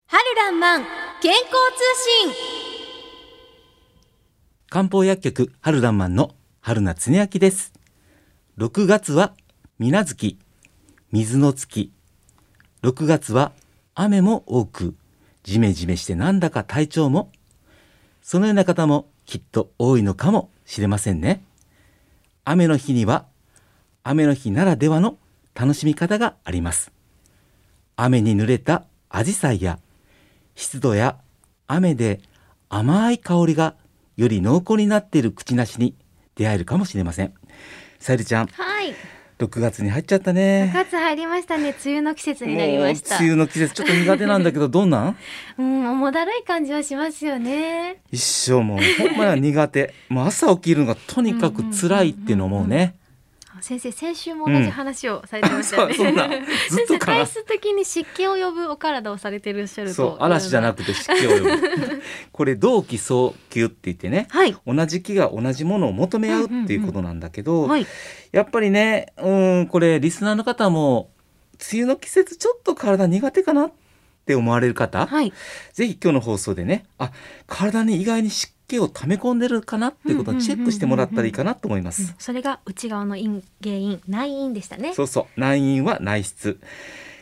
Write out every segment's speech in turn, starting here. るらんまん健康通信漢方薬局春ランマンの春名恒明です6月は水月水の月6月は雨も多くジメジメしてなんだか体調もそのような方もきっと多いのかもしれませんね雨の日には雨の日ならではの楽しみ方があります雨に濡れたアジサイや湿度や雨で甘い香りがより濃厚になっている口なしに出会えるかもしれませんさゆりちゃんはい6月に入っちゃったね9月入りましたね梅雨の季節になりましたもう梅雨の季節ちょっと苦手なんだけどどんなんうん重だるい感じはしますよね一生もうほんまや苦手もう朝起きるのがとにかく辛いっていうのもねあ先生先週も同じ話をされてましたよそね、う そんなずっ先と生かな体質的に湿気を呼ぶお体をされてるっしゃるとそう嵐じゃなくくて湿気を呼ぶ これ同期早急って言ってねはい同じ木が同じものを求め合うっていうことなんだけど、はいやっぱりねうんこれリスナーの方も梅雨の季節ちょっと体苦手かなって思われる方、はいぜひ今日の放送でねあ体に意外に湿気を溜め込んでるかなっていうことをチェックしてもらったらいいかなと思いまうすん。それが内側の因原因内因でしたねそうそう内因は内室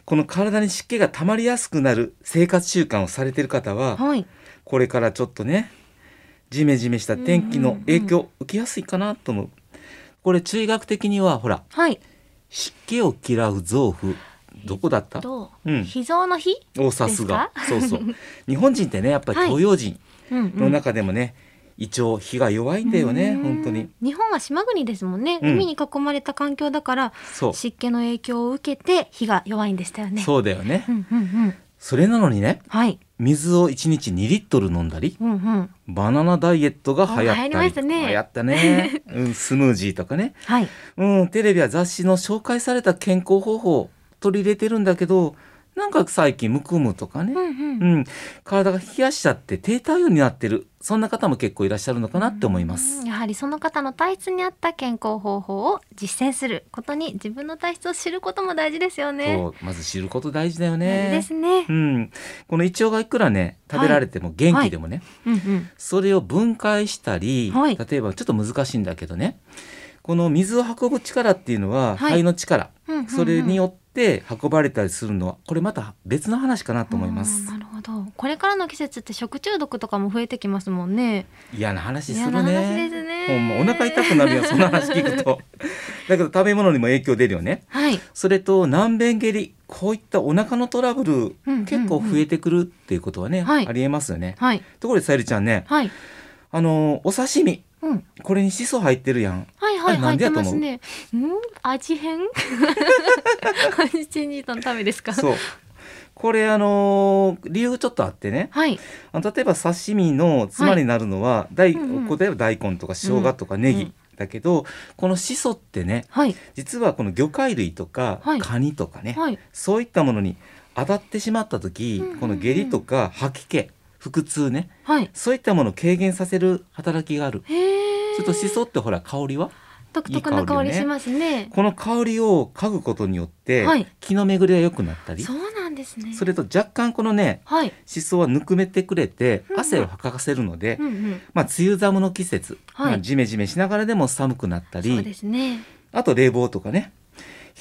この体に湿気が溜まりやすくなる生活習慣をされている方ははいこれからちょっとねジメジメした天気の影響を受けやすいかなと思うこれ中医学的にはほらはい湿気を嫌う臓腑どこだったどう、うん脾臓の日おさすがそう そう日本人ってねやっぱりはい東洋人うんうんの中でもね、胃腸火が弱いんだよねうん本当に日本は島国ですもんね、うん海に囲まれた環境だからそう湿気の影響を受けて火が弱いんでしたよねう、そうだよねんうんうん、それなのにねはい、水を1日2リットル飲んだりうんうん、バナナダイエットが流行ったり流行りましたね流行った ね、うん、スムージーとかね、はいうん、テレビや雑誌の紹介された健康方法を取り入れてるんだけどなんか最近むくむとかうね、んうんうん、体が冷やしちゃって低体温になってるそんな方も結構いらっしゃるのかなって思いまうす。んやはりその方の体質に合った健康方法を実践することに自分の体質を知ることも大事ですよね。そうまず知ること大事だよ大事ねですねう。ん、この胃腸がいくらね食べられても元気でもね、うんそれを分解したり、はい例えばちょっと難しいんだけどねこの水を運ぶ力っていうのははい肺の力、うん。それによよって運ばれたりするのはこれまた別の話かなと思いますなるほど。これからの季節って食中毒とかも増えてきますもんね。嫌な話す嫌るな話でねすね。もうもうお腹痛くなるよそんな話聞く とだけど食べ物にも影響出るよねはい。それと軟便下痢こういったお腹のトラブル、うんうん結構増えてくるっていうことはね、はいありえますよねはいところでさゆりちゃんねはい。あのお刺身うん。これにシソ入ってるや んはいはいあれな入んっでてやとま思うすね。うん味変？ 味チェンジのためですか？そうこれあのー理由ちょっとあってねはい。あの例えば刺身のつまになるのは、大うんうん例えば大根とか生姜とかネギ、うんだけどこのシソってねはい実はこの魚介類とか、はいカニとかね、はい。そういったものに当たってしまった時、うんうんうんこの下痢とか吐き気腹痛ねはい。そういったものを軽減させる働きがある。へえ。ちょっとシソってほら香りは独特ないい香香りりよねしますね。この香りを嗅ぐことによって、はい気の巡りが良くなったりそうなんですね。それと若干このねはい。シソはぬくめてくれてうんうん汗をかかせるので、うんうん。まあ、梅雨寒の季節、はいまあ、ジメジメしながらでも寒くなったそうでりすね。あと冷房とかね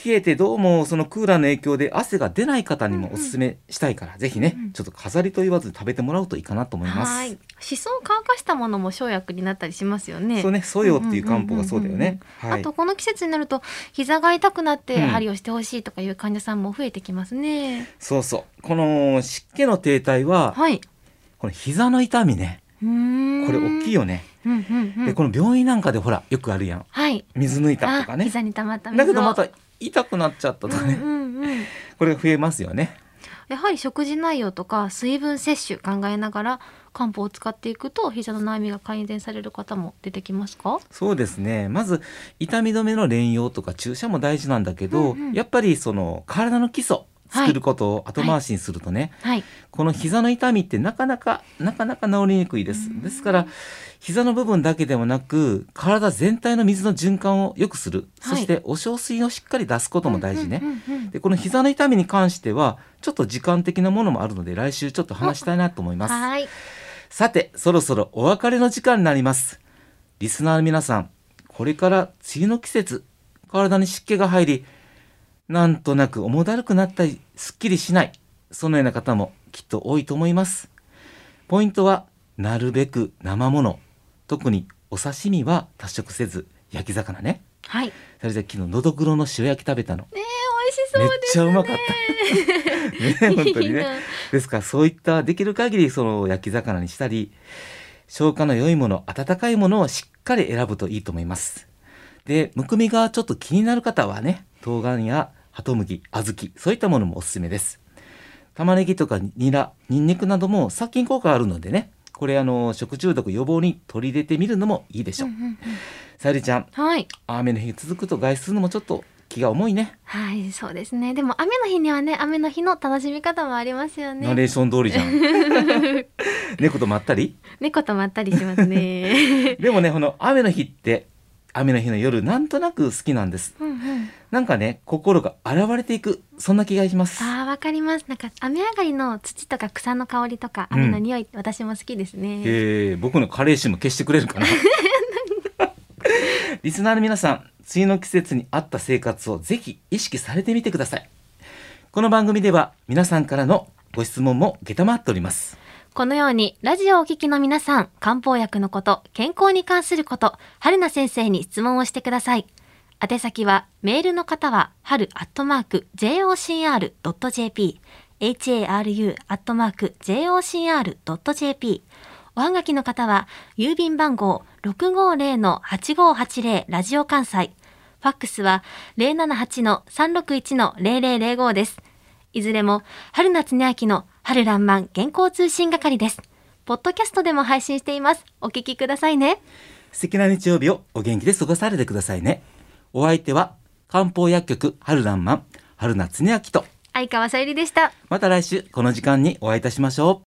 冷えてどうもそのクーラーの影響で汗が出ない方にもおすすめしたいから、ぜひね、うんうんちょっと飾りと言わず食べてもらうといいかなと思います。はい。思想を乾かしたものも生薬になったりしますよね。そうね、そうよっていう漢方がそうだよね。はあいと。この季節になると膝が痛くなってうん針をしてほしいとかいう患者さんも増えてきますね。そうそう。この湿気の停滞は、はい。この膝の痛みね、うーんこれ大きい。よね。うんうんうんで、この病院なんかでほら、よくあるやん。はい。水抜いたあとかね。膝に溜まった水をだけどまた痛くなっちゃったとかね。うんうんうんこれが増えますよね。やはり食事内容とか水分摂取考えながら漢方を使っていくと膝の悩みが改善される方も出てきますかそうですねまず痛み止めの連用とか注射も大事なんだけど、うんうんやっぱりその体の基礎作ることを後回しにするとね、はい。この膝の痛みってなかなかなかなか治りにくいです。ですから膝の部分だけでもなく体全体の水の循環を良くする、はいそしてお小水をしっかり出すことも大事ね。うんうんうんでこの膝の痛みに関してはちょっと時間的なものもあるので来週ちょっと話したいなと思います。はい。さてそろそろお別れの時間になりますリスナーの皆さんこれから梅雨の季節体に湿気が入りなんとなく重だるくなったりすっきりしないそのような方もきっと多いと思いますポイントはなるべく生もの特にお刺身は多食せず焼き魚ねはい。それじゃ昨日のどぐろの塩焼き食べたのえー、美味しめそっうでちすゃね。うまかったね本当にいいねな ですからそういったできる限りその焼き魚にしたり消化の良いもの温かいものをしっかり選ぶといいと思いますでむくみがちょっと気になる方はね冬瓜やハトムギ小豆そういったものもおすすめです玉ねぎとかニラニンニクなども殺菌効果があるのでねこれあの食中毒予防に取り入れてみるのもいいでしょう、うんうんうんさゆりちゃんはい。雨の日が続くと外出するのもちょっと気が重いねはい、そうですね。でも雨の日にはね、雨の日の楽しみ方もありますよナレね。ーション通りじゃん 猫とまったり猫とまったりします ね。でもねこの雨の日って雨の日の夜なんとなく好きなんですうんうん。なんかね心が洗われていくそんな気がしますああ、わかります。なんか雨上がりの土とか草の香りとかうん雨の匂い、私も好きですね。えー、僕の加齢臭も消してくれ るかなリスナーの皆さん梅雨の季節に合った生活をぜひ意識されてみてくださいこの番組では皆さんからのご質問も下駄待っておりますこのようにラジオをお聞きの皆さん、漢方薬のこと、健康に関すること、春名先生に質問をしてください。宛先はメールの方は春アットマーク jocr.jp haru アットマーク jocr.jp おはがきの方は郵便番号650-8580ラジオ関西ファックスは078-361-0005です。いずれも春夏ねあきの春らんまん健康通信係です。ポッドキャストでも配信しています。お聞きくださいね。素敵な日曜日をお元気で過ごされてくださいねお相手は漢方薬局春らんまん春夏ねあきと相川さゆりでした。また来週この時間にお会いいたしましょう